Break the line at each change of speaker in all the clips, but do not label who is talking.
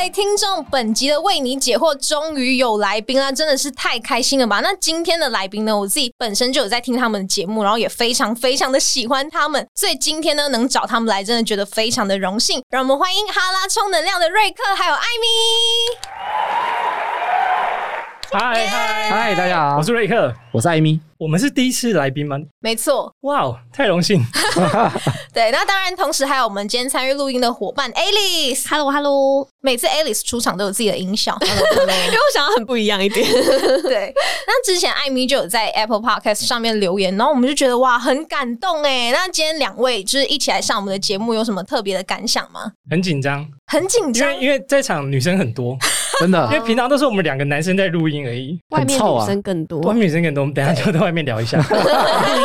嘞，听众，本集的为你解惑终于有来宾啦，真的是太开心了吧？那今天的来宾呢，我自己本身就有在听他们的节目，然后也非常非常的喜欢他们，所以今天呢能找他们来，真的觉得非常的荣幸。让我们欢迎哈拉充能量的瑞克还有艾米。
嗨嗨
嗨，大家好
我，是瑞克，
我是艾米。
我们是第一次来宾吗？
没错，
哇哦，太荣幸！
对，那当然，同时还有我们今天参与录音的伙伴 Alice。Hello Hello，每次 Alice 出场都有自己的音效。
因为我想要很不一样一 点。
对，那之前艾米就有在 Apple Podcast 上面留言，然后我们就觉得哇，很感动哎。那今天两位就是一起来上我们的节目，有什么特别的感想吗？
很紧张，
很紧
因
张
为因为在场女生很多，
真的
因为平常都是我们两个男生在录音而已，
外
很
面
臭
女
啊
生更
我
多，
们女生很多，我们等一下就在外面聊一下。录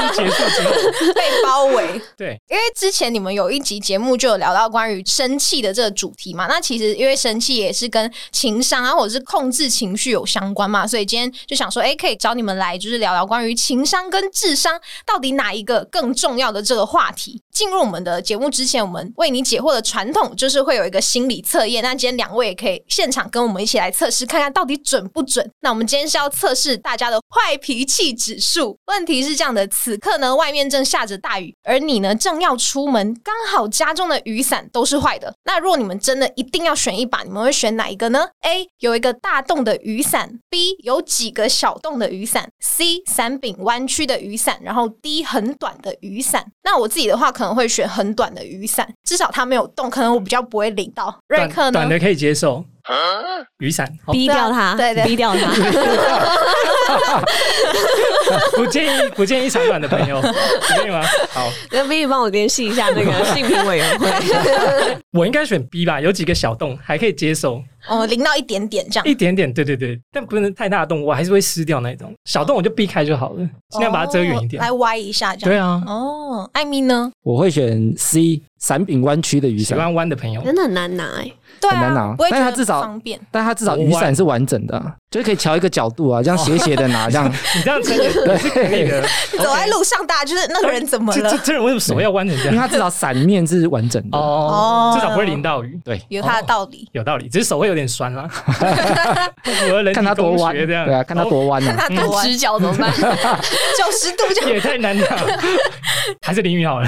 音结束之后，
被包围。
对，
因为之前你们有一集节目就有聊到关于生气的这个主题嘛，那其实因为生气也是跟情商啊或者是控制情绪有相关嘛，所以今天就想说，哎、可以找你们来就是聊聊关于情商跟智商到底哪一个更重要的这个话题。进入我们的节目之前，我们为你解惑的传统就是会有一个心理测验，那今天两位也可以现场跟我们一起来测试，看看到底准不准。那我们今天是要测试大家的坏脾气指数。问题是这样的：此刻呢，外面正下着大雨，而你呢正要出门，刚好家中的雨伞都是坏的。那如果你们真的一定要选一把，你们会选哪一个呢？A 有一个大洞的雨伞，B 有几个小洞的雨伞，C 伞柄弯曲的雨伞，然后 D 很短的雨伞。那我自己的话可能会选很短的雨伞，至少它没有洞，可能我比较不会淋到。瑞克呢？
短短的可以接受，雨伞好
逼掉他，
对对
逼掉他。
不建议 不建议长短的朋友，不建议吗？好，
那 B 帮我联系一下那 个性评委员会。
我应该选 B 吧，有几个小洞还可以接受，
哦，淋到一点点这样。
一点点，对对对，但不能太大洞，我还是会湿掉那种。小洞我就避开就好了，尽量把它遮远一
哦。
点
来歪一下这样。
对啊，
哦，艾米呢？
我会选 C 伞柄弯曲的雨
喜
伞，
欢弯的朋友，
真的很难拿哎、
对
很难
啊
拿，
不会觉
但
得
是它至少
方便。
但它至少雨伞是完整的啊，就是可以调一个角度
哦
啊，这样斜斜的 拿，这样
你这样真的
对，
可以 的。
走在路上，大家就是那个人怎么
这这
了？
这人为什么手要弯成这
因为
样？
它至少伞面是完整的。
哦
哦，
至少不会淋到雨。
对，
有他的道理。
有道理，只是手会有点酸 啦，不符合人
看
体
它多
工
弯，
学这样。哦
对啊，看它多弯
看
啊。
他多弯
嗯
直角怎么办？
九十度这样。
哦也太难了，还是淋雨好了。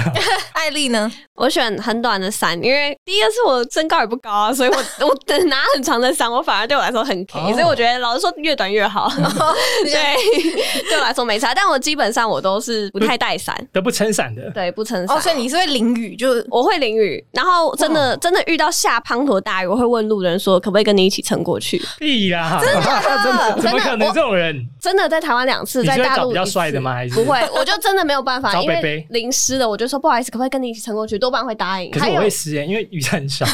艾丽呢？
我选很短的伞，因为第一个是我身高也不高啊， 所以我我等拿很长的伞，我反而对我来说很 K，、
哦
所以我觉得老实说越短越好。 哦 对，对我来说没差，但我基本上我都是不太带伞，
都不撑伞的，
对，不撑伞。
哦，所以你是会淋雨，就是
我会淋雨，然后真的真的遇到下滂沱大雨，我会问路人说可不可以跟你一起撑过去。
屁呀！哦
呃
怎么
哦
可能这种人？
真的在台湾两次，
你是
在
会
大
找
陆
比较
一次
帅的吗？？还是
不？会，我就真的没有办法，
找
因
北
为
北
淋湿了，我就说不好意思，可不可以跟你一起撑过去？多半会答应。
可
还
是我
有
会湿耶，因为雨伞很 小。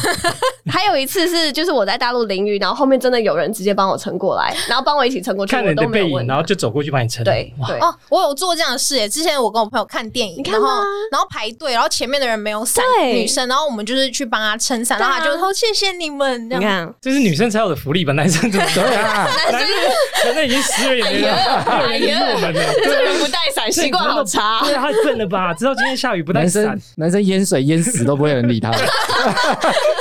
还有一次是，就是我在大陆淋雨，然后后面真的有人直接帮我撑过来，然后帮我一起撑过去，
看了
我
你
都
的
没
背
有
影，
问
然
他。
后就走过去把你撑。
对
哇，
对，
哦，我有做这样的事耶。之前我跟我朋友看电影，
你
然
看
后
吗
然后排队，然后前面的人没有伞，
对
女生，然后我们就是去帮她撑伞，
对
然
啊
后她就说哦谢谢你们这
你
样。
看，
这是女生才有的福利吧？男生怎么
对啊，
男生男生已经湿了也没有
哎
没有人理我们了。啊
这人不带伞习惯好差
对，。啊太笨了吧？知道今天下雨不带
男
伞
生，男生淹水淹死都不会有 人理他。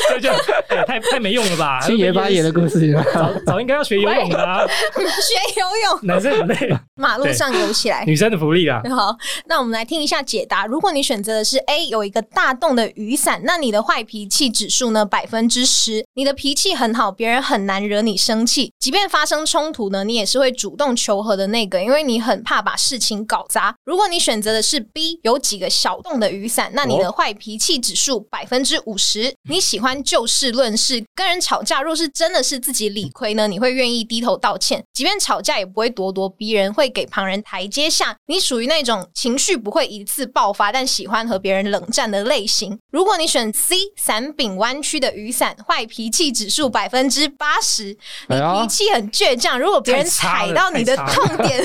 这就哎太太没用了 吧？
去野巴野的故事，
早早应该要学游泳 的啊，
学游泳，
男生很累，
马路上游起来。
女生的福利啊。
好，那我们来听一下解答。如果你选择的是 A，有一个大洞的雨伞，那你的坏脾气指数呢百分之十，你的脾气很好，别人很难惹你生气，即便发生冲突呢，你也是会主动求和的那个，因为你很怕把事情搞砸。如果你选择的是 B，有几个小洞的雨伞，那你的坏脾气指数百分之五十，你喜欢就事论事，跟人吵架，若是真的是自己理亏呢，你会愿意低头道歉，即便吵架也不会咄咄逼人，会给旁人台阶下。你属于那种情绪不会一次爆发，但喜欢和别人冷战的类型。如果你选 C，伞柄弯曲的雨伞，坏脾气指数百分之八十，你
哎呦
脾气很倔强，如果别人
太差 了
踩到你的
太差
痛点，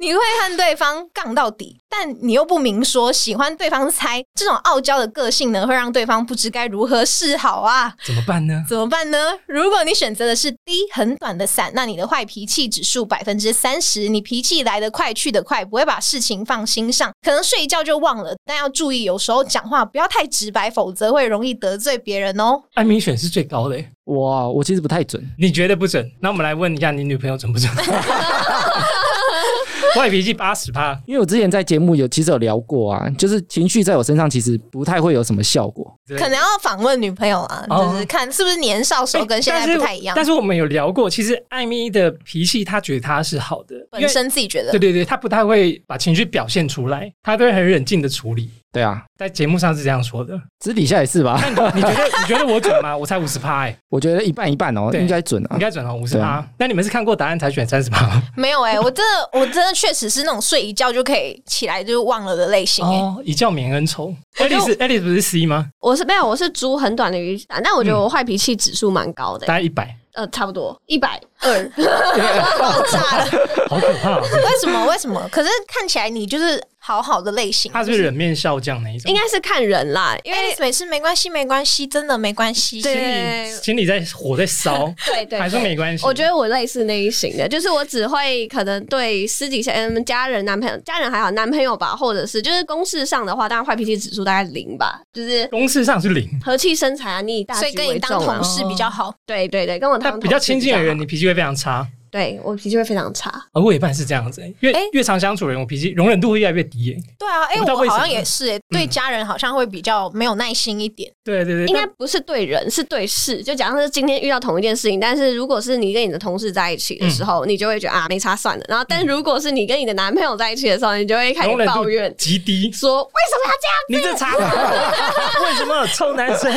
你会和对方杠到底。但你又不明说，喜欢对方猜，这种傲娇的个性呢，会让对方不知该如何是好啊。
怎么办呢？
怎么办呢？如果你选择的是 D 很短的伞，那你的坏脾气指数百分之三十，你脾气来得快去得快，不会把事情放心上，可能睡一觉就忘了。但要注意，有时候讲话不要太直白，否则会容易得罪别人哦。
艾米选是最高的耶， 欸
哇，我其实不太准，
你觉得不准？那我们来问一下你女朋友准不准？ 坏脾气八十趴，
因为我之前在节目有其实有聊过啊，就是情绪在我身上其实不太会有什么效果。
对
可能要访问女朋友啊，
哦
就是看是不是年少时候跟现
但
在
是
不太一样
哎但。是我们有聊过，其实艾米的脾气，她觉得她是好的，因
本
为
身自己觉得
对对对，她不太会把情绪表现出来，她都会很冷静的处理。
对啊，
在节目上是这样说的，
私底下也是吧？
那你你觉得你觉得我准吗？我才五十趴，哎，
我觉得一半一半哦，
对
应该准啊
应。该准哦，五十
对
趴
啊。
那你们是看过答案才选三十趴吗？
没有哎、我真的我真的确实是那种睡一觉就可以起来就忘了的类型哎、
哦，一觉免恩仇。Alice
哎
Alice 不是 C 吗？
我是没有，我是租很短的雨伞，但我觉得我坏脾气指数蛮高的、
大概一百，
呃，差不多一百
二爆炸了，
好可怕、哦。
为什么为什么？可是看起来你就是好好的类型，
他是不是冷面笑匠那一种，
应该是看人啦，因
因为
为
每次没关系，没关系，真的没关系。
对
心里心里在火在烧，
对 对
还是没关系。
我觉得我类似那一型的，就是我只会可能对私底下嗯家人、男朋友、家人还好，男朋友吧，或者是就是公事上的话，当然坏脾气指数大概零吧，就是
公式上是零，
和气生财啊，你以大
所以
局
跟你
为
当
重啊
同。事比较好，
对对对，跟我当
但比较亲近的人，
同事
你脾气会非常差。
比较好，对我脾气会非常差。
而我一半是这样子、欸，
哎
越、
欸
越常相处的人，我脾气容忍度会越来越低、欸。
对啊，哎、
我不知道
我
为什
好
么
像也是、哎，对家人好像会比较没有耐心一点。
对对对，
应该
但
不是对人，是对事。就假设是今天遇到同一件事情，但是如果是你跟你的同事在一起的时
嗯
候，你就会觉得啊没差算了。然后，但如果是你跟你的男朋友在一起的时候，你就会开
容
始
忍度
抱怨，
极低。
说为什么
你这差，
要这样？
为什么臭男生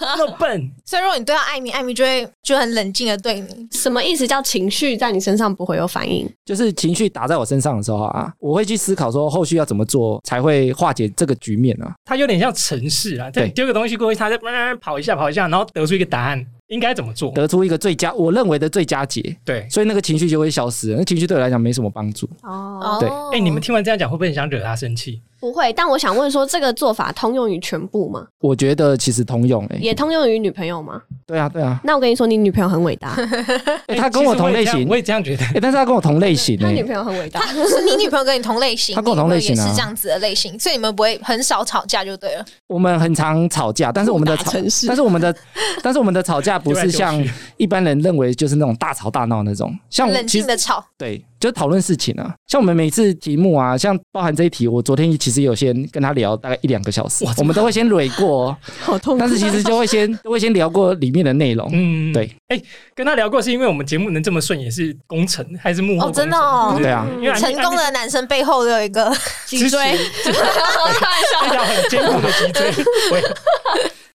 那么笨？
所以如果你对到艾米，艾米就会就很冷静的对你。
什么意思叫情绪在你身上不会有反应？
就是情绪打在我身上的时候啊，我会去思考说后续要怎么做才会化解这个局面啊。
他有点像城市啊，对，
对
丢个东西过去，他在嗯跑一下跑一下，然后得出一个答案，应该怎么做？
得出一个最佳，我认为的最佳解，
对，
所以那个情绪就会消失。那情绪对我来讲没什么帮助。
哦，
对
哎、你们听完这样讲，会不会很想惹他生气？
不会。但我想问说，这个做法通用于全部吗？
我觉得其实通用诶、
也通用于女朋友吗？
对啊对啊，
那我跟你说，你女朋友很 伟大，
诶、他跟我
哎其实
同类
也这样
型，
我
诶、
也这样觉得。
但是他跟我同类型欸
他
诶、
女朋友很伟大。
是你女朋友跟你同类型，
她跟我同类型
你
啊
女朋友也是这样子的类型，所以你们不会很少吵架就对了。
我们很常吵架，但是我们的
打
吵
城市，
但是我们的，但是我们的吵架不
丢来
是
丢 去
像一般人认为就是那种大吵大闹那种，像我
冷
其
静
实
的吵，
对，就讨论事情啊，像我们每次题目啊，像包含这一题，我昨天其实有先跟他聊大概一两个小时
哇，
我们都会先蕊过 哦，
好痛苦
啊
但是其实就会先都会先聊过里面的内容，
嗯，
对。
哎、跟他聊过，是因为我们节目能这么顺，也是功臣，还是幕后
哦
功臣？
真的哦
对
对啊
因为
成功的男生背后都有一个
脊椎，我开玩笑
一条很坚固的脊 椎。喂，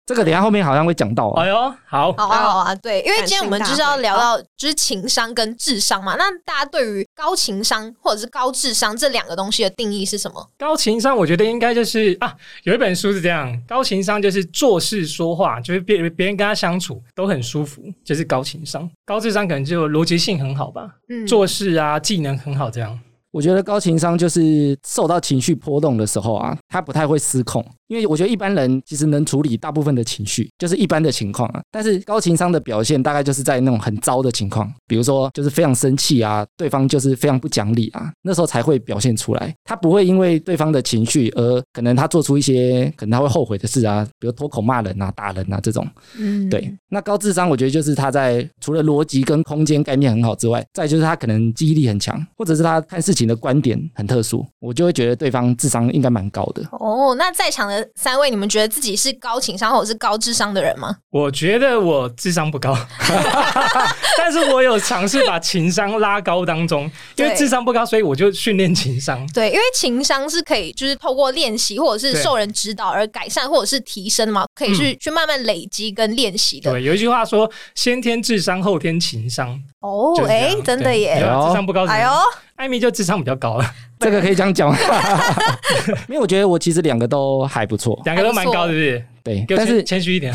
这个等一下后面好像会讲到啊
哎，呦，好，
好啊，好啊，对，因为
感
今天我们就是要聊到就是情商跟智商嘛。那大家对于高情商或者是高智商这两个东西的定义是什么？
高情商，我觉得应该就是啊，有一本书是这样，高情商就是做事说话，就是别别人跟他相处都很舒服，就是高情商。高智商可能就逻辑性很好吧，
嗯，
做事啊技能很好这样。
我觉得高情商就是受到情绪波动的时候啊，他不太会失控，因为我觉得一般人其实能处理大部分的情绪，就是一般的情况啊。但是高情商的表现大概就是在那种很糟的情况，比如说就是非常生气啊，对方就是非常不讲理啊，那时候才会表现出来。他不会因为对方的情绪而可能他做出一些可能他会后悔的事啊，比如脱口骂人啊、打人啊这种。
嗯
对，那高智商我觉得就是他在除了逻辑跟空间概念很好之外，再就是他可能记忆力很强，或者是他看事情的观点很特殊，我就会觉得对方智商应该蛮高的。
哦，那在场的三位，你们觉得自己是高情商或者是高智商的人吗？
我觉得我智商 不高，但是我有尝试把情商拉高当中，因为
对
智商不高，所以我就训练情商。
对，因为情商是可以就是透过练习或者是
对嗯
受人指导而改善或者是提升嘛，可以去、去慢慢累积跟练习的。
对，有一句话说“先天智商，后天情商
哦”，
就是这
哎、
样
真的
对
耶
对！啊
哎呦
智商不高，
哎呦，，
艾米就智商比较高了，
这个可以这样讲吗？因为我觉得我其实两个都还不错，
两个都蛮高
还不错
的，是不是？
对，
给我
但是
谦谦虚一点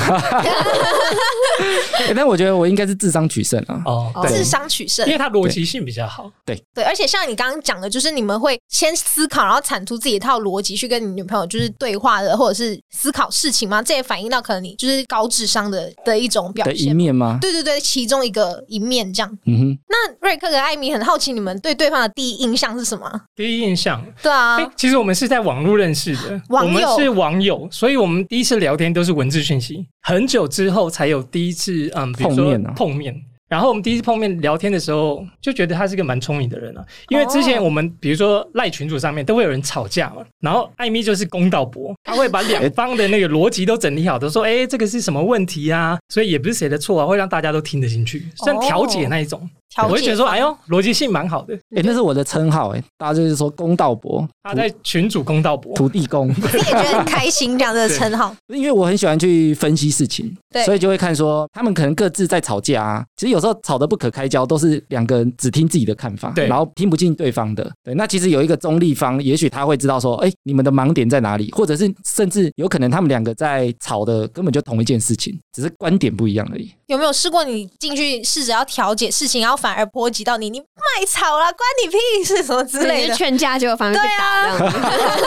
欸但我觉得我应该是智商取胜啊。
哦，
智
对，
商取胜
因。为它逻辑性比较好。
对，而且像你刚刚讲的，就是你们会先思考，然后产出自己一套逻辑去跟你女朋友就是对话的，或者是思考事情嘛，这也反映到可能你就是高智商的的一种表
的一
现。
面吗？
对对对，其中一个一面这样。
嗯哼，
那瑞克跟艾米很好奇，你们对对方的第一印象是什么啊？
第一印象，
对啊，
哎，其实我们是在网络认识的，
网
我们
友
是网友，所以我们第一次聊天都是文字讯息，很久之后才有第一次嗯，比如说
碰面啊
碰面。然后我们第一次碰面聊天的时候，就觉得他是个蛮聪明的人啊，因为之前
哦
我们比如说赖群组上面都会有人吵架嘛，然后艾米就是公道博，他会把两方的那个逻辑都整理好，都说哎这个是什么问题啊，所以也不是谁的错啊，会让大家都听得进去，像调
哦
解那一种，
调
我会觉得
解
说哎呦逻辑性蛮好的，
哎、那是我的称号哎、大家就是说公道伯、
他在群主公道博，
土地公，
自己也觉得很开心这样 的称号。
因为我很喜欢去分析事情
对，
所以就会看说他们可能各自在吵架啊。其实有时候吵得不可开交，都是两个人只听自己的看法，
对
然后听不进对方的。对，那其实有一个中立方，也许他会知道说，哎，你们的盲点在哪里，或者是甚至有可能他们两个在吵的根本就同一件事情，只是观点不一样而已。
有没有试过你进去试着要调解事情，然后反而波及到你？你卖吵啦，关你屁事什么之类
对，就啊
的
是，劝架结果反而被打这样子。
啊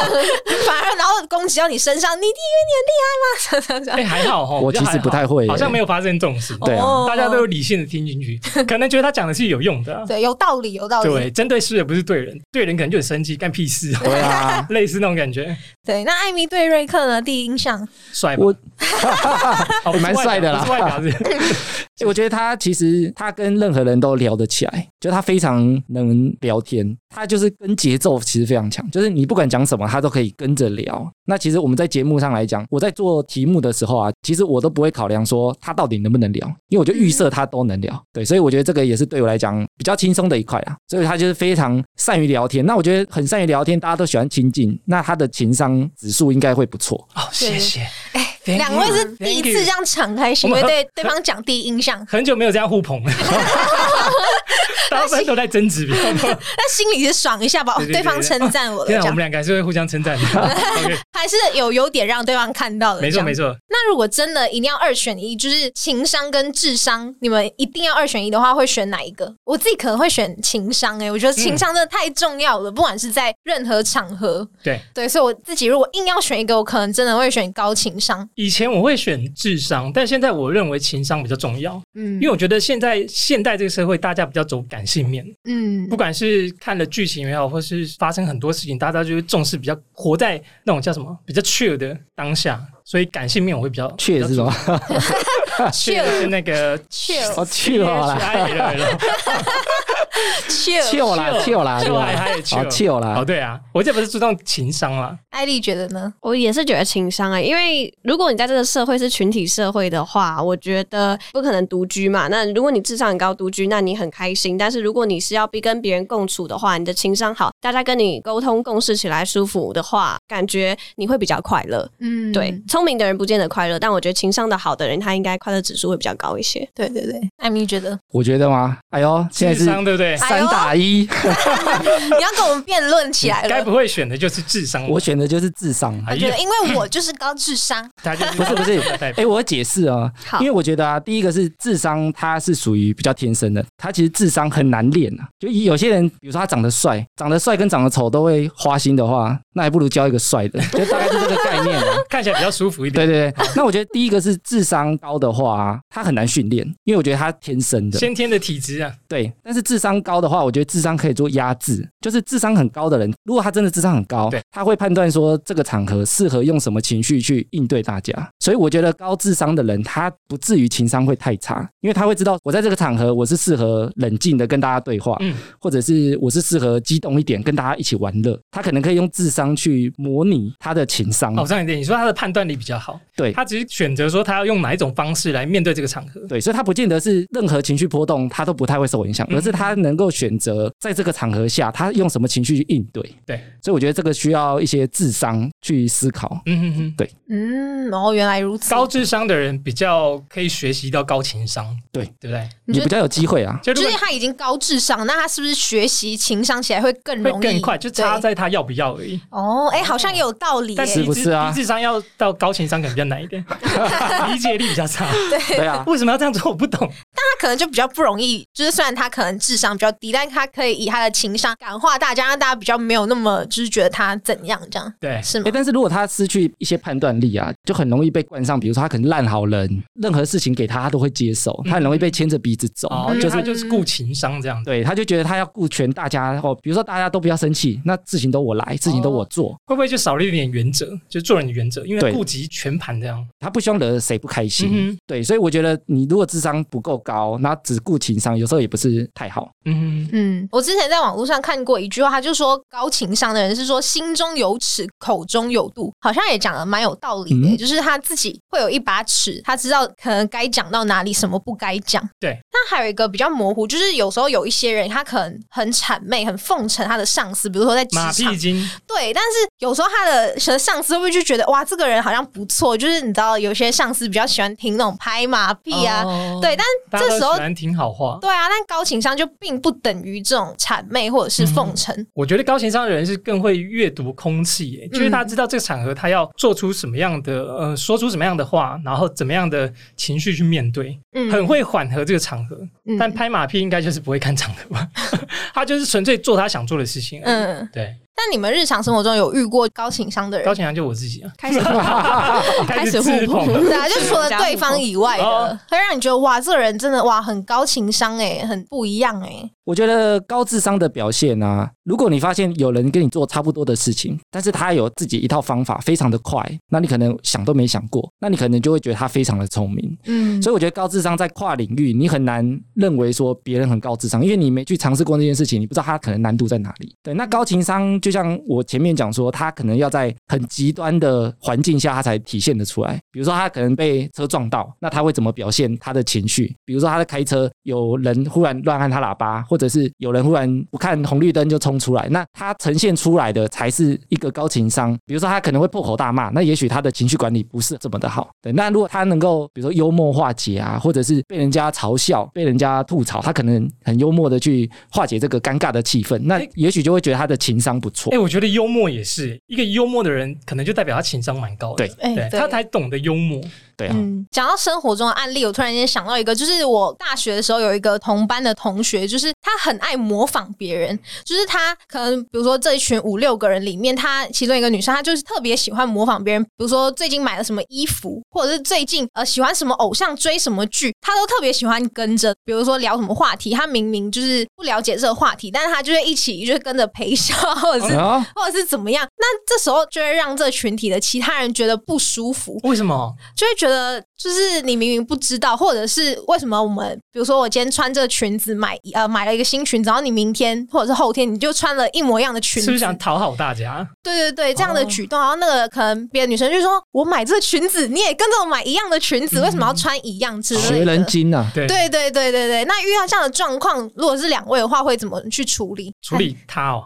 反而然后攻击到你身上，你以为你很厉害吗？这样这样
哎、还好 哈，
我其
觉得
实
还好
不太会耶
好像没有发生这种事。
对啊
哦
大家都有理性的听进 去，可能觉得他讲的是有用的啊、
对，有道理，有道理。
对，针对事也不是对人，对人可能就很生气，干屁事、啊，
对啊，
类似那种感觉，
对，那艾米对瑞克呢？第一印象，
帅吧？
我
哦不是
蛮
外表
帅的啦
不是外 表是
欸我觉得他其实他跟任何人都聊得起来，就他非常能聊天，他就是跟节奏其实非常强，就是你不管讲什么，他都可以跟着聊。那其实我们在节目上来讲，我在做题目的时候啊，其实我都不会考量说他到底能不能聊，因为我就预设他都能聊。对，所以我觉得这个也是对我来讲比较轻松的一块啊。所以他就是非常善于聊天。那我觉得很善于聊天，大家都喜欢亲近，那他的情商指数应该会不错。
哦，谢谢。哎，
两位是第一次这样敞开心
我
扉
们
对对方讲第一印 象，
很久没有这样互 捧了。大部分都在争执，比较多。
那心里是爽一下吧？哦
对对对
对方称赞 我了，这
天啊，我
样
们两个还是会互相 称赞的。OK，
还是有有点让对方看到的。
没
这
错
样
没。错，
那如果真的一定要二选一，就是情商跟智商，你们一定要二选一的话，会选哪一个？我自己可能会选情商、欸，我觉
嗯
得情商真的太重要了，不管是在任何场合。
对。
对，所以我自己如果硬要选一个，我可能真的会选高情商。
以前我会选智商，但现在我认为情商比较重要，
嗯
因为我觉得现在现代这个社会，大家比较走感性面，
嗯
不管是看了剧情也好，或是发生很多事情，大家就会重视比较活在那种叫什么比较 chill 的当下，所以感性面我会比较
确实哦吧，
chill 是那个
，chill
哦，去了啦，去
chill，
哦啦，去啦，
chill 还还
好
chill。
chill 啦
哦，，对啊，我这不是注重情商啦，
艾丽觉得呢？
我也是觉得情商哎、因为如果你在这个社会是群体社会的话，我觉得不可能独居嘛。那如果你智商很高独居，那你很开心。但是如果你是要逼跟别人共处的话，你的情商好，大家跟你沟通共事起来舒服的话，感觉你会比较快乐。
嗯
对，聪明的人不见得快乐，但我觉得情商的好的人，他应该快乐指数会比较高一些。
对对对，艾米觉得
我觉得吗？哎呦，现在
智
是
商对哎不对？
三打一，
你要跟我们辩论起来
该
了。
不会选的就是智商吧？
我选的就是智商。
我
哎
觉
呀
得，，因为我就是高智商，
他就是
不是不是
代表
哎，我解释啊，
好
因为我觉得啊，第一个是智商，它是属于比较天生的，它其实智商很难练啊。就有些人，比如说他长得帅，长得帅跟长得丑都会花心的话，那还不如交一个帅的，就大概是这个概 念啊。
看起来比较舒服一点。
对对对，那我觉得第一个是智商高的话、啊，他很难训练，因为我觉得他天生的。
先天的体质啊，
对，但是智商高的话，我觉得智商可以做压制，就是智商很高的人，如果他真的智商很高
对，
他会判断说这个场合适合用什么情绪去应对大家。所以我觉得高智商的人，他不至于情商会太差，因为他会知道我在这个场合我是适合冷静的跟大家对话，
嗯，
或者是我是适合激动一点跟大家一起玩乐。他可能可以用智商去模拟他的情商。
好，这样一点，你说他的判断力比较好，
嗯对
他只是选择说他要用哪一种方式来面对这个场合。
对，所以他不见得是任何情绪波动，他都不太会受影响，
嗯
而是他能够选择在这个场合下他用什么情绪去应对。
对，
所以我觉得这个需要一些智商去思考。
嗯哼哼，
嗯，哦，原来如此。
高智商的人比较可以学习到高情商，
对
对不对？
你
你
觉
比
得，
较有机会 啊，
就如
就是
果
他已经高智商，那他是不是学习情商起来会更容
会
易？
更快，就差
对
在他要不要而已。
哦，哎、好像也有道理耶。
但
是
低
不
智
是啊
低智商要到高情商可能比较难 一点，理解力比较差。
对啊，
为什么要这样做？我不懂。
他可能就比较不容易，就是虽然他可能智商比较低，但他可以以他的情商感化大家，让大家比较没有那么就是觉得他怎样这样，
对，
是
哎、
吗？
但是如果他失去一些判断力啊，就很容易被冠上，比如说他可能烂好人，任何事情给他他都会接受，他很容易被牵着鼻子走，
嗯哦，
就
就是他就是顾情商这样子。
对，他就觉得他要顾全大家哦，比如说大家都不要生气，那事情都我来，事情都我做，
会不会就少了一点原则？就做人的原则，因
对
为顾及全盘这样。
他不希望惹谁不开心。
嗯哼，
对，所以我觉得你如果智商不够高，那只顾情商，有时候也不是太好。
嗯哼，
嗯，我之前在网络上看过一句话，他就说高情商的人是说心中有尺，口中有度，好像也讲的蛮有道理的、
嗯
就是他自己会有一把尺，他知道可能该讲到哪里，什么不该讲。
对，
那还有一个比较模糊，就是有时候有一些人他可能很谄媚，很奉承他的上司，比如说在职
马
场
屁精，
对，但是有时候他的上司会不会就觉得哇，这个人好像不错？就是你知道，有些上司比较喜欢听那种拍马屁啊，
哦
对。但
大家
这
都
时候
喜欢听好话。
对啊，但高情商就并不等于这种谄媚或者
嗯
是奉承。
我觉得高情商的人是更会阅读空气耶，就是他知道这个场合他要做出什么样的呃，说出什么样的话，然后怎么样的情绪去面对，
嗯，
很会缓和这个场合。
嗯
但拍马屁应该就是不会看场合吧？他就是纯粹做他想做的事情。嗯，
嗯。
对，
但你们日常生活中有遇过高情商的
高
人？
情商就我自己啊，
开始
开
始
始
互
自
捧
捧了。
对啊，就除了对方以外的
哦，
会让你觉得哇，这个人真的哇很高情商哎、很不一样哎、
我觉得高智商的表现啊，如果你发现有人跟你做差不多的事情，但是他有自己一套方法，非常的快，那你可能想都没想过，那你可能就会觉得他非常的聪明。
嗯，
所以我觉得高智商在跨领域，你很难认为说别人很高智商，因为你没去尝试过这件事情，你不知道他可能难度在哪里。对，那高情商就像我前面讲说，他可能要在很极端的环境下，他才体现得出来。比如说他可能被车撞到，那他会怎么表现他的情绪？比如说他在开车，有人忽然乱按他喇叭，啊或者是有人忽然不看红绿灯就冲出来，那他呈现出来的才是一个高情商。比如说他可能会破口大骂，那也许他的情绪管理不是这么的好。对，那如果他能够比如说幽默化解啊，或者是被人家嘲笑、被人家吐槽，他可能很幽默的去化解这个尴尬的气氛，那
哎
也许就会觉得他的情商不错
哎、。我觉得幽默也是一个幽默的人，可能就代表他情商蛮高的，
对
哎对
他才懂得幽默。
对啊，
嗯，讲到生活中的案例，我突然间想到一个，就是我大学的时候有一个同班的同学，就是他很爱模仿别人，就是他可能比如说这一群五六个人里面，他其中一个女生，她就是特别喜欢模仿别人，比如说最近买了什么衣服，或者是最近呃喜欢什么偶像追什么剧，她都特别喜欢跟着。比如说聊什么话题，她明明就是不了解这个话题，但是她就会一起就是跟着陪笑，或者是、
啊，
或者是怎么样，那这时候就会让这群体的其他人觉得不舒服。
为什么？
就会觉得，就是你明明不知道，或者是为什么我们，比如说我今天穿这个裙子买呃买了一个新裙子，然后你明天或者是后天你就穿了一模一样的裙
是
子，
不是想讨好大家？
对对对，这样的举动，然后那个可能别的女生就说：“我买这个裙子，你也跟着我买一样的裙
嗯
子，为什么要穿一样之类的？”
学人精啊，
对，
对对对对对，那遇到这样的状况，如果是两位的话，会怎么去处理？
处理 他哦，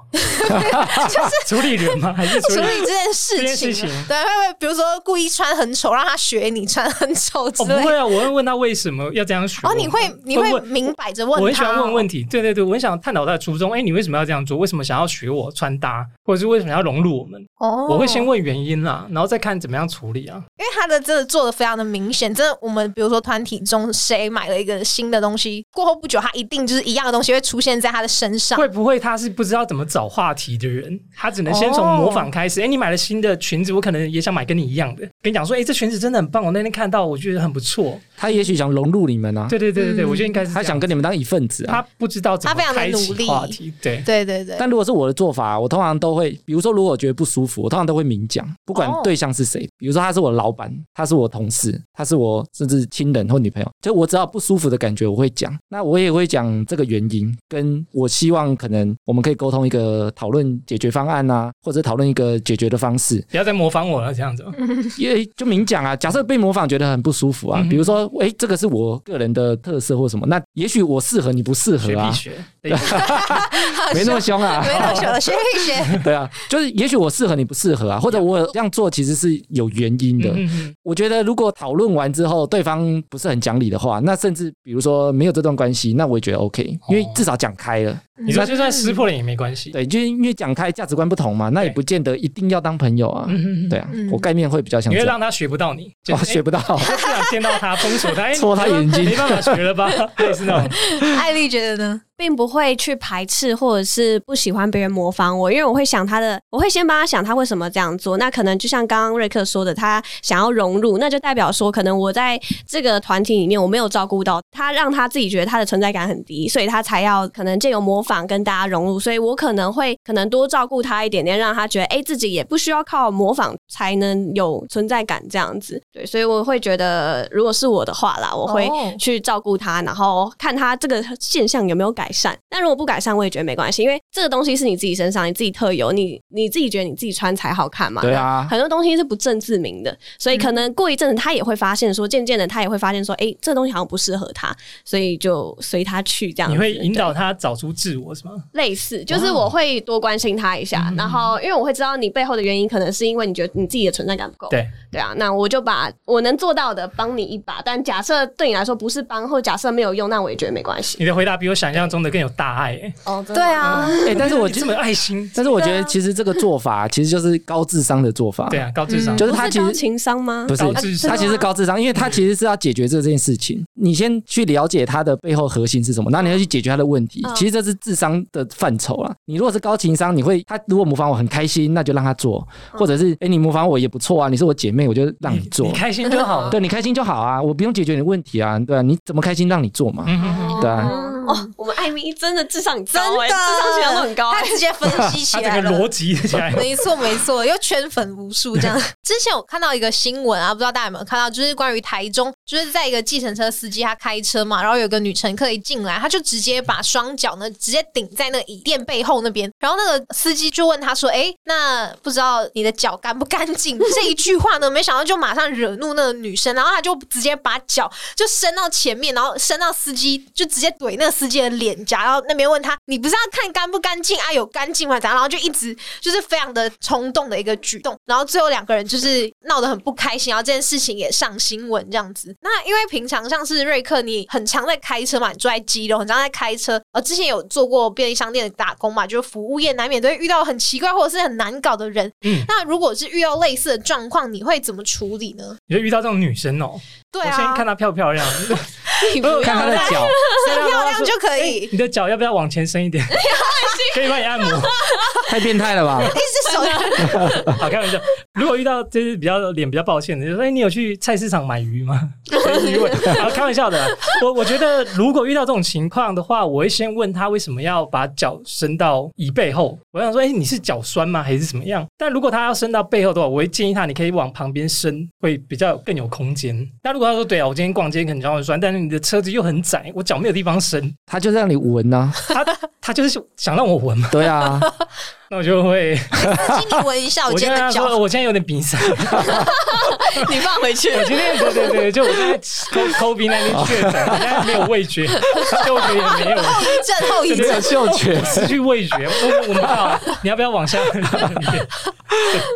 处理人吗？还是处
处
理？哦
理这件事
这件
情
事
啊，
情
对，会不会比如说故意穿很丑，让他学你穿很丑之
哦，
类
不
的？
会啊，我会问他为什么要这样学。
哦，你会你会
问
明摆着
我
问他、哦，
很喜欢问问题，对对对，我很想探讨他的初衷。哎，你为什么要这样做？为什么想要学我穿搭，或者是为什么要融入我们？
哦，
我会先，问原因啦，然后再看怎么样处理啊。
因为他的真的做的非常的明显，真的，我们比如说团体中谁买了一个新的东西，过后不久他一定就是一样的东西会出现在他的身上。
会不会他是不知道怎么找话题的人？他只能先从模仿开始。哎、你买了新的裙子，我可能也想买跟你一样的。跟你讲说，哎、这裙子真的很棒，我那天看到，我觉得很不错。
他也许想融入你们啊，
对对对对对，
嗯
我觉得应该是这
他
样
想跟你们当一份子啊
他。不知道怎么
他非常地
开
努
启
力
话题。对，
对对 对，
但如果是我的做法，我通常都会，比如说，如果我觉得不舒服，我通常都会明讲，不管
哦
对象是谁。比如说他是我老板，他是我同事，他是我甚至亲人或女朋友，就我只要不舒服的感觉，我会讲。那我也会讲这个原因，跟我希望可能我们可以沟通一个讨论解决方案啊，或者讨论一个解决的方式。
不要再模仿我了，这样子。
也得诶就明讲啊，假设被模仿觉得很不舒服啊
嗯，哼
比如说诶这个是我个人的特色或什么，那也许我适合你不适合
学
啊
必，学，对
没那么凶啊，
没有学学一学，
对啊，就是也许我适合你不适合啊，或者我这样做其实是有原因的。
嗯嗯
我觉得如果讨论完之后对方不是很讲理的话，那甚至比如说没有这段关系，那我也觉得 OK，因为至少讲开了。
嗯你说就算撕破脸也没关系，
对，就是因为讲开价值观不同嘛，那也
对
不见得一定要当朋友啊。
嗯嗯嗯
对啊
嗯，
我概念会比较像
你
这
会
样，
让他学不到你，就
哦，
是
学不到。
哎不想见到他，封锁他，哎
戳他眼睛
没办法学了 吧？类似那种，
艾丽觉得呢？
并不会去排斥或者是不喜欢别人模仿我，因为我会想他的，我会先帮他想他为什么这样做。那可能就像刚刚瑞克说的，他想要融入，那就代表说，可能我在这个团体里面我没有照顾到他，让他自己觉得他的存在感很低，所以他才要可能借由模仿跟大家融入。所以我可能会可能多照顾他一点点，让他觉得哎、诶自己也不需要靠模仿才能有存在感这样子。对，所以我会觉得，如果是我的话啦，我会
哦
去照顾他，然后看他这个现象有没有改善。那如果不改善，我也觉得没关系，因为这个东西是你自己身上，你自己特有，你你自己觉得你自己穿才好看嘛。
对啊
很多东西是不证自明的，
嗯
所以可能过一阵子他也会发现说，渐渐的他也会发现说，哎、这东西好像不适合他，所以就随他去这样子。
你会引导他找出自我是吗？
类似，就是我会多关心他一下，
嗯
然后因为我会知道你背后的原因，可能是因为你觉得你自己的存在感不
哦
够。
对，
对啊，那我就把我能做到的帮你一把，但假设对你来说不是帮，或假设没有用，那我也觉得没关系。
你的回答比我想象中的更有大爱，哎
哦，
对，啊，
哎，但是 我
你
觉
这么
得，
有爱心，
但是我觉得其实这个做法其实就是高智商的做法。
对，啊，高智商
嗯
就
不
是他
是
其
高
实
情商吗？
不是
高智商
他其实高智商，因为他其实是要解决这件事情。你先去了解他的背后核心是什么，然后你要去解决他的问题
嗯。
其实这是智商的范畴啦。你如果是高情商，你会他如果模仿我很开心，那就让他做；或者是哎你模仿我也不错啊，你是我姐妹，我就嗯让你做
你。开心就 好。
对你开心就好啊，我不用解决你的问题啊，对啊，你怎么开心让你做嘛。
嗯嗯嗯
对啊
哦哦，我们艾米真的智商很高、
真的
欸，智商学都很高、
他
欸。
直接分析起
他
来
整个逻
了。
辑起来，
没错，没错，又圈粉无数这样。之前我看到一个新闻啊，不知道大家有没有看到，就是关于台中，就是在一个计程车司机他开车嘛，然后有个女乘客一进来，他就直接把双脚呢直接顶在那个椅垫背后那边，然后那个司机就问他说：“哎，那不知道你的脚干不干净？” 这一句话呢，没想到就马上惹怒那个女生，然后他就直接把脚就伸到前面，然后伸到司机，就直接怼那个司机的脸颊，然后那边问他：“你不是要看干不干净啊？有干净吗？”怎样？然后就一直就是非常的冲动的一个举动，然后最后两个人就是闹得很不开心，然后这件事情也上新闻这样子。那因为平常像是瑞克，你很常在开车嘛，你住在基隆，很常在开车，呃，之前有做过便利商店的打工嘛，就是服务业难免都会遇到很奇怪或者是很难搞的人。
嗯
那如果是遇到类似的状况，你会怎么处理呢？
你就遇到这种女生哦，
对
我
啊，
先看她漂不漂亮，
你不要
看他的
再
脚，
漂亮就可以，
你的脚要不要往前伸一 点？可以帮你按摩。
太变态了吧？
哎
一只手 要
好，开玩笑。如果遇到就是比较脸比较抱歉的，就说：“哎、你有去菜市场买鱼 吗？”疑问。好，开玩笑的啦。我我觉得如果遇到这种情况的话，我会先问他为什么要把脚伸到椅背后。我想说：“哎、你是脚酸吗？还是怎么样？”但如果他要伸到背后的话，我会建议他你可以往旁边伸，会比较更有空间。那如果他说：“对啊，我今天逛街可能脚很酸，但是哎你的车子又很窄，我脚没有地方伸。
他就让你闻呐、
他”他就是想让我闻嘛，
对 啊，
那我就会，
请你闻一下我
我
今天
就跟他
的
说：“
脚，
我现在有点鼻塞。”
你放回去，
我今天对对对，就我现在 CO COVID 那边确诊，我现在没有味觉，嗅觉也没有，
后遗症，后遗
真
没
症
的
有嗅觉。
失去味觉，我闻不到。你要不要往下？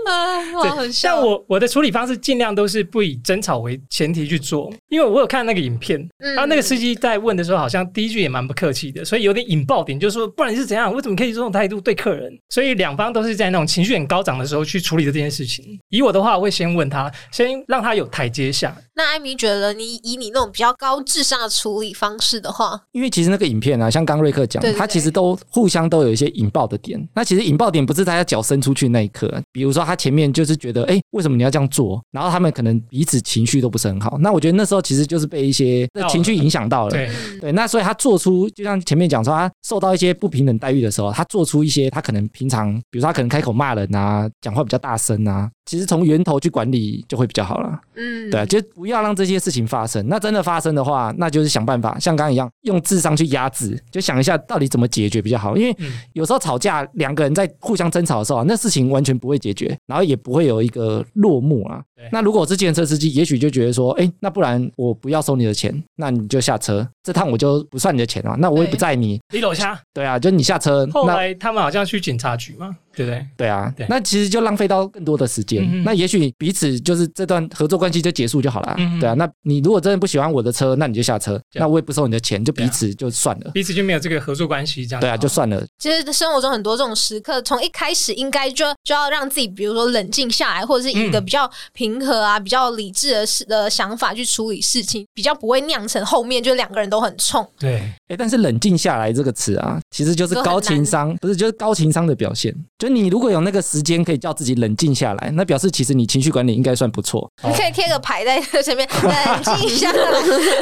啊，哇，很
像
像。
我我的处理方式尽量都是不以争吵为前提去做，因为我有看那个影片，
嗯
啊然后那个司机在问的时候，好像第一句也蛮不客气的，所以有点引爆点，就是说不然你是怎样，为什么可以这种态度对客人？所以两方都是在那种情绪很高涨的时候去处理这件事情。以我的话，我会先问他，先让他有台阶下，
那艾米觉得你以你那种比较高智商的处理方式的话，
因为其实那个影片啊，像刚瑞克讲
对
的，
对
它其实都互相都有一些引爆的点。那其实引爆点不是他要脚伸出去那一刻，啊比如说他前面就是觉得，哎、为什么你要这样做？然后他们可能彼此情绪都不是很好。那我觉得那时候其实就是被一些
到了
情绪影响到了。
对。
对，那所以他做出，就像前面讲说，他受到一些不平等待遇的时候，他做出一些他可能平常，比如说他可能开口骂人啊，讲话比较大声啊，其实从源头去管理就会比较好了。
嗯，
对，啊就不要让这些事情发生。那真的发生的话，那就是想办法，像刚刚一样，用智商去压制，就想一下到底怎么解决比较好。因为
嗯
有时候吵架，两个人在互相争吵的时候啊，那事情完全不会会解决，然后也不会有一个落幕啊
对。
那如果我是计程车司机，也许就觉得说，哎，那不然我不要收你的钱，那你就下车，这趟我就不算你的钱啊，那我也不
对
载你。
李老虾。
对啊，就你下车，
后
那
来他们好像去警察局嘛，对不对？
对啊
对，
那其实就浪费到更多的时间。
嗯嗯
那也许彼此就是这段合作关系就结束就好了啊。
嗯嗯
对啊，那你如果真的不喜欢我的车，那你就下车，
对啊
那我也不收你的钱，就
对啊
彼此就算了。
彼此就没有这个合作关系，这样
对啊，就算了。
其实生活中很多这种时刻，从一开始应该就就要让自己，比如说冷静下来，或者是以一个
嗯
比较平和啊、比较理智的事的想法去处理事情，比较不会酿成后面就两个人都很冲。
对，
哎，但是冷静下来这个词啊，其实就是高情商，不是就是高情商的表现。就你如果有那个时间可以叫自己冷静下来，那表示其实你情绪管理应该算不 错。
你可以贴个牌在前面，冷静一下。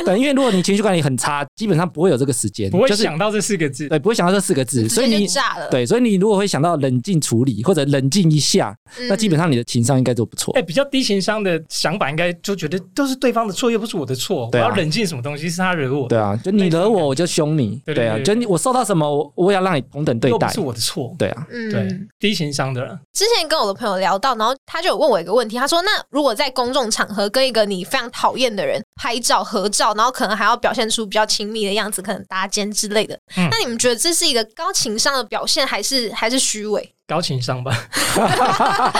对，因为如果你情绪管理很差，基本上不会有这个时间，
不会
就是
想到这四个字，
对，不会想到这四个字， 所以
直接
你
就炸了。
对，所以你如果会想到冷静处理或者冷静一下，
嗯，
那基本上你的情商应该都不错
哎、。比较低情商的想法，应该就觉得都是对方的错，又不是我的错，
对啊
我要冷静什么东西是他惹我的，
对啊，就你惹我，我就凶你。
对对
对啊，
对
就你我受到什么，我我也要让你同等对
又不
待
是。我的错。
对啊，
嗯
对，低情商的人，
之前跟我的朋友聊到，然后他就有问我一个问题，他说：“那如果在公众场合跟一个你非常讨厌的人拍照合照，然后可能还要表现出比较亲密的样子，可能搭肩之类的，
嗯
那你们觉得这是一个高情商的表现，还是还是虚伪？
高情商吧？ 那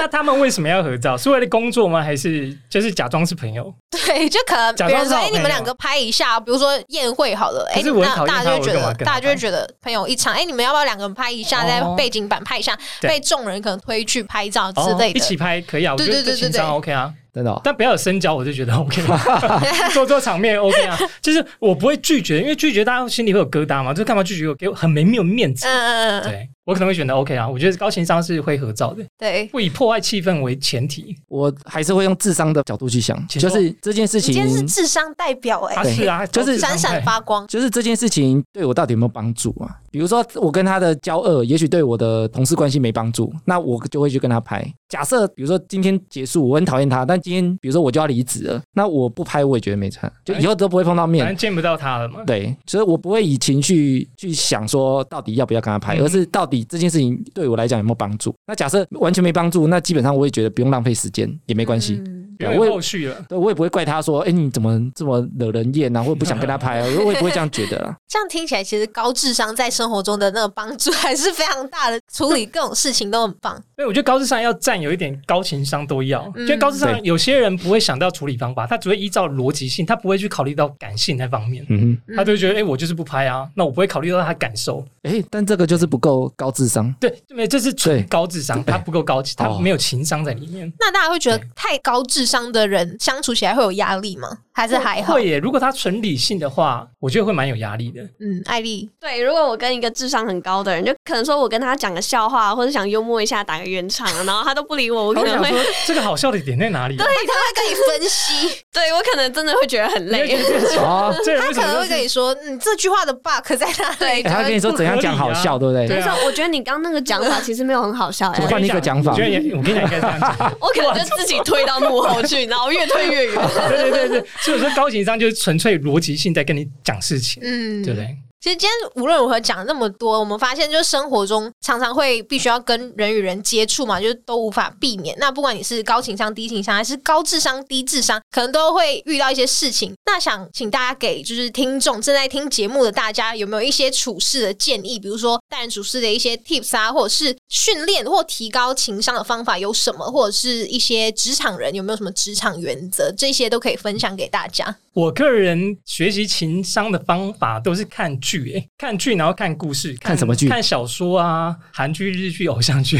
那他们为什么要合照？是为了工作吗？还是就是假装是朋友？
对，就可能
假
比如
装是
说，
好
哎、你们
朋友
两个拍一下，比如说宴会好了，哎、
可是我很
那
讨厌
大
他
家就
我
会觉
干嘛
得，
跟他
大家就会
拍
觉得朋友一场，哎、你们要不要两个人拍一下，在
哦
背景板拍一下，
对
被众人可能推去拍照之类
一
的。
起拍可以啊，我觉
对对
得这
对
情
对对
商 OK 啊，
真的哦。
但不要有深交，我就觉得 OK 了， 做做场面 OK 啊。就是我不会拒绝，因为拒绝大家心里会有疙瘩嘛，就干嘛拒绝我，给我很没没有面子。
嗯嗯嗯嗯，
对我可能会选择 OK 啊，我觉得高情商是会合照的，
对。
不以破坏气氛为前提。
我还是会用智商的角度去想，
请说
就是这件事
你今
情
天是智商代表哎、
啊，是啊，
就是
闪闪发光。
就是这件事情对我到底有没有帮助啊？比如说我跟他的交恶，也许对我的同事关系没帮助，那我就会去跟他拍。假设比如说今天结束，我很讨厌他，但今天比如说我就要离职了，那我不拍我也觉得没差，就
哎
以后都不会碰到
反
面
正。见不到他了嘛。
对，所以我不会以情绪去想说到底要不要跟他拍，
嗯
而是到底这件事情对我来讲有没有帮助。那假设完全没帮助，那基本上我也觉得不用浪费时间，也没关系。
嗯
因为后续了，
对，我也不会怪他说，哎，你怎么这么惹人厌啊，或者不想跟他拍啊，我也不会这样觉得啦。
这样听起来，其实高智商在生活中的那个帮助还是非常大的，处理各种事情都很棒。
所以我觉得高智商要占有一点高情商都要，
嗯
因为高智商
对
有些人不会想到处理方法，他只会依照逻辑性，他不会去考虑到感性那方面，
嗯哼。
嗯
他就会觉得哎、诶我就是不拍啊，那我不会考虑到他感受，
哎，但这个就是不够高智商。
对，没这是纯
对
高智商，他不够高，他
哦
没有情商在里面。
那大家会觉得太高智商的人相处起来会有压力吗？还是还好？
会耶，如果他纯理性的话，我觉得会蛮有压力的。
嗯，艾丽，
对，如果我跟一个智商很高的人，就可能说我跟他讲个笑话，或者想幽默一下，打个圆场，然后他都不理我，我可
我
能
想
会
说，这个好笑的点在哪里、啊？
他会跟你分析，
对我可能真的会觉得很
你会
累
觉。 得这个
哦，
这个人
他
为
可
什么
能
都
会跟
是
你说，嗯，这句话的 bug 在哪里？
哎
对，
他跟你说怎样讲好笑，对不对？
对
就
啊
是我觉得你刚那个讲法其实没有很好笑、
怎
我
么
哎，
跟你
换一个讲法
我觉得也，我跟你讲应该这样讲。
我可能就自己推到幕后去，然后越推越远。
对对对对，所以我说高情商就是纯粹逻辑性在跟你讲事情，
嗯，
对不对？
其实今天无论如何讲了那么多，我们发现就是生活中常常会必须要跟人与人接触嘛，就是都无法避免。那不管你是高情商、低情商，还是高智商、低智商，可能都会遇到一些事情。那想请大家给就是听众正在听节目的大家，有没有一些处事的建议？比如说待人处事的一些 tips 啊，或者是训练或提高情商的方法有什么？或者是一些职场人有没有什么职场原则？这些都可以分享给大家。
我个人学习情商的方法都是看剧、诶，看剧然后看故事，
看什么剧
看小说啊，韩剧、日剧、偶像剧、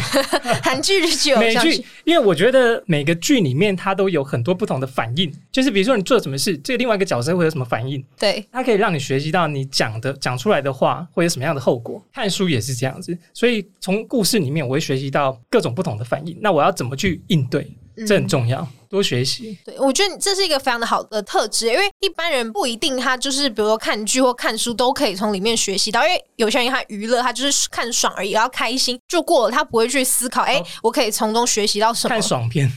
韩剧、日剧、偶
美
像剧
剧，因为我觉得每个剧里面它都有很多不同的反应，就是比如说你做什么事，这个另外一个角色会有什么反应，
对，
它可以让你学习到你讲的讲出来的话会有什么样的后果。看书也是这样子，所以从故事里面我会学习到各种不同的反应，那我要怎么去应对，这很重要，多学习。
嗯对，我觉得你这是一个非常的好的特质，因为一般人不一定他就是比如说看剧或看书都可以从里面学习到，因为有些人他娱乐他就是看爽而已，然后开心就过了，他不会去思考，哎、
哦
我可以从中学习到什么
看？爽片，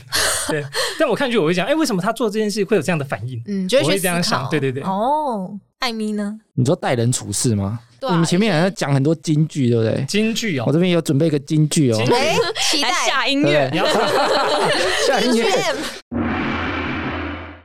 对。但我看剧我会讲，哎、为什么他做这件事会有这样的反应？
嗯，就
我
会
会
去
这样
思考。
想对对对
哦，艾米呢？
你说待人处事吗？
对啊
你们前面好像讲很多金句，对不对？
京剧
我
哦，
这边有准备一个金句哦
金，
哎，期
还
待
下音
对不
乐
对
你要
下音乐。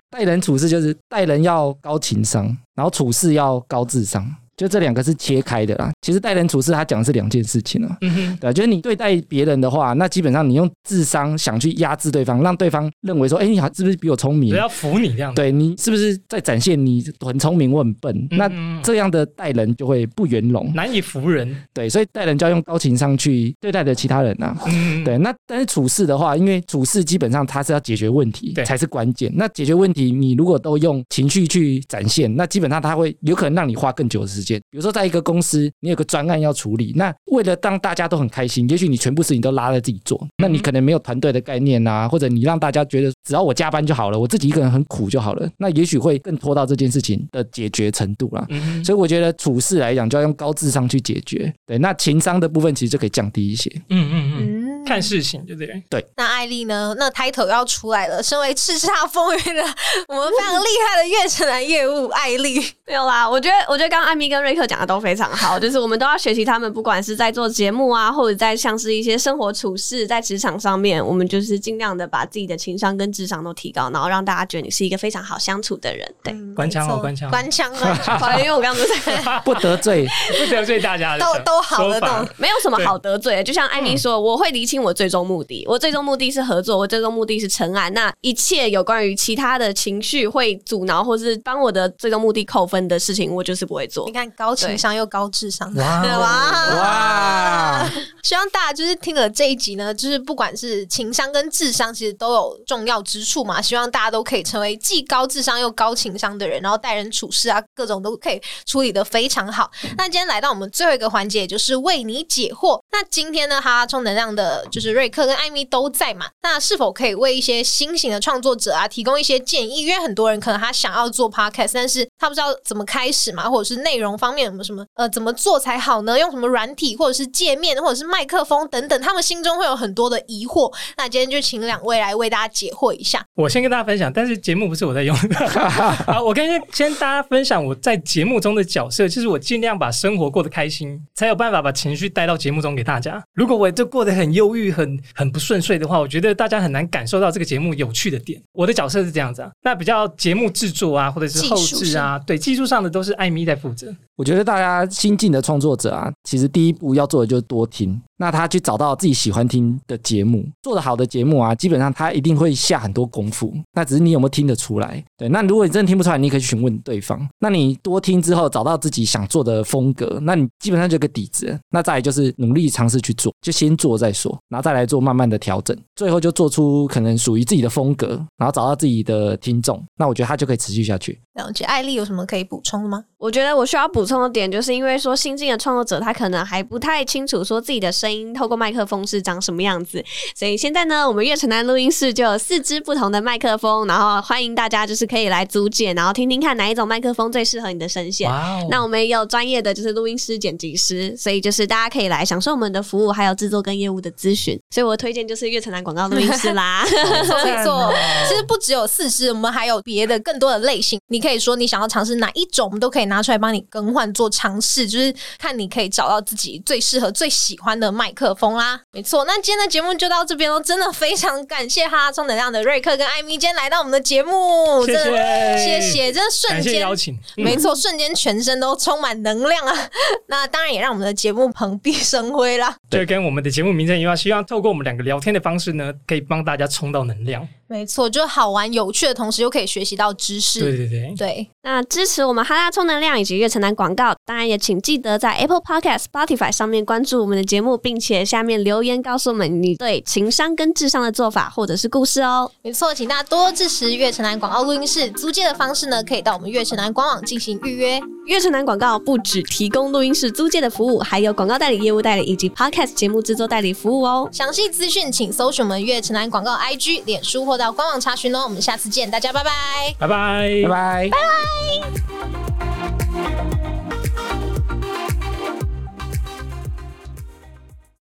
待人处事就是待人要高情商，然后处事要高智商，就这两个是切开的啦。其实待人处事，它讲的是两件事情啊。
嗯哼，
对啊，就是你对待别人的话，那基本上你用智商想去压制对方，让对方认为说， 哎，你好，是不是比我聪明
我？要服你这样子。
对你是不是在展现你很聪明，我很笨？
嗯
那
嗯嗯
这样的待人就会不圆融。
难以服人，
对，所以待人就要用高情商去对待的其他人啊。
嗯，
对，那但是处事的话，因为处事基本上它是要解决问题
对
才是关键。那解决问题，你如果都用情绪去展现，那基本上它会有可能让你花更久的时间。比如说，在一个公司，你有个专案要处理，那为了让大家都很开心，也许你全部事情都拉在自己
嗯
做，那你可能没有团队的概念啊，或者你让大家觉得只要我加班就好了，我自己一个人很苦就好了，那也许会更拖到这件事情的解决程度啦。
嗯哼，
所以我觉得处事来讲，就要用高智商去解决。对，那情商的部分其实就可以降低一些。
嗯嗯嗯，
嗯，
看事情对不对？
那艾丽呢？那 title 要出来了，身为叱咤风云的我们非常厉害的月城南业务艾丽，
没有啦，我觉得我觉得刚刚艾米跟瑞克讲的都非常好，就是我们都要学习他们，不管是在做节目啊，或者在像是一些生活处事，在职场上面，我们就是尽量的把自己的情商跟智商都提高，然后让大家觉得你是一个非常好相处的人。 对，
嗯
关腔哦
没错
关腔
关腔，关腔
好因为我刚刚不是
啊
不得罪
不得罪大家的
都都好
说
的
法
都
没有什么好得罪的，就像艾米说，我会厘清我最终目的，我最终目的是合作，我最终目的是成案。那一切有关于其他的情绪会阻挠或是帮我的最终目的扣分的事情，我就是不会做
你。看高情商又高智商，
哇
哇哦
哇！
希望大家就是听了这一集呢，就是不管是情商跟智商，其实都有重要之处嘛。希望大家都可以成为既高智商又高情商的人，然后待人处事啊，各种都可以处理的非常好。那今天来到我们最后一个环节，也就是为你解惑。那今天呢，哈哈充能量的就是瑞克跟艾米都在嘛，那是否可以为一些新型的创作者啊提供一些建议？因为很多人可能他想要做 podcast，但是他不知道怎么开始嘛，或者是内容方面有没有什么呃怎么做才好呢？用什么软体或者是界面或者是麦克风等等，他们心中会有很多的疑惑。那今天就请两位来为大家解惑一下。
我先跟大家分享，但是节目不是我在用的。啊，我跟先大家分享我在节目中的角色，就是我尽量把生活过得开心，才有办法把情绪带到节目中给大家。如果我就过得很忧郁、很很不顺遂的话，我觉得大家很难感受到这个节目有趣的点。我的角色是这样子啊，那比较节目制作啊，或者是后置啊，对技术上的都是艾米在负责。
我觉得大家新进的创作者啊，其实第一步要做的就是多听。那他去找到自己喜欢听的节目，做得好的节目啊，基本上他一定会下很多功夫。那只是你有没有听得出来？对，那如果你真的听不出来，你可以询问对方。那你多听之后，找到自己想做的风格，那你基本上就有个底子了。那再来就是努力尝试去做，就先做再说，然后再来做慢慢的调整，最后就做出可能属于自己的风格，然后找到自己的听众。那我觉得他就可以持续下去。
了解，艾丽有什么可以补充的吗？
我觉得我需要补充的点，就是因为说新进的创作者他可能还不太清楚说自己的声音透过麦克风是长什么样子，所以现在呢，我们悦城南录音室就有四支不同的麦克风，然后欢迎大家就是可以来租借，然后听听看哪一种麦克风最适合你的声线。
哇哦
那我们也有专业的就是录音师、剪辑师，所以就是大家可以来享受我们的服务，还有制作跟业务的咨询。所以我推荐就是悦城南广告录音室啦。
没错没错，其实不只有四支，我们还有别的更多的类型。你可以说你想要尝试哪一种，我们都可以拿出来帮你更换做尝试，就是看你可以找到自己最适合、最喜欢的麦克风啦。没错，那今天的节目就到这边喽，真的非常感谢哈哈充能量的瑞克跟艾米今天来到我们的节目，
谢
真的谢，
谢
谢，真的瞬
感谢
间
邀请，嗯
没错，瞬间全身都充满能量啊！ 那当然也让我们的节目蓬荜生辉啦。
就跟我们的节目名称一样，希望透过我们两个聊天的方式呢，可以帮大家充到能量。
没错，就好玩有趣的同时，又可以学习到知识。
对对对，
对
那支持我们哈拉充能量以及月城南广告，当然也请记得在 Apple Podcast、Spotify 上面关注我们的节目，并且下面留言告诉我们你对情商跟智商的做法或者是故事哦。
没错，请大家多支持月城南广告录音室。租借的方式呢，可以到我们月城南官网进行预约。
月城南广告不只提供录音室租借的服务，还有广告代理、业务代理以及 Podcast 节目制作代理服务哦。
详细资讯请搜寻我们月城南广告 IG、脸书或到官网查询哦。我们下次见，大家拜拜。
拜拜
拜拜。
拜。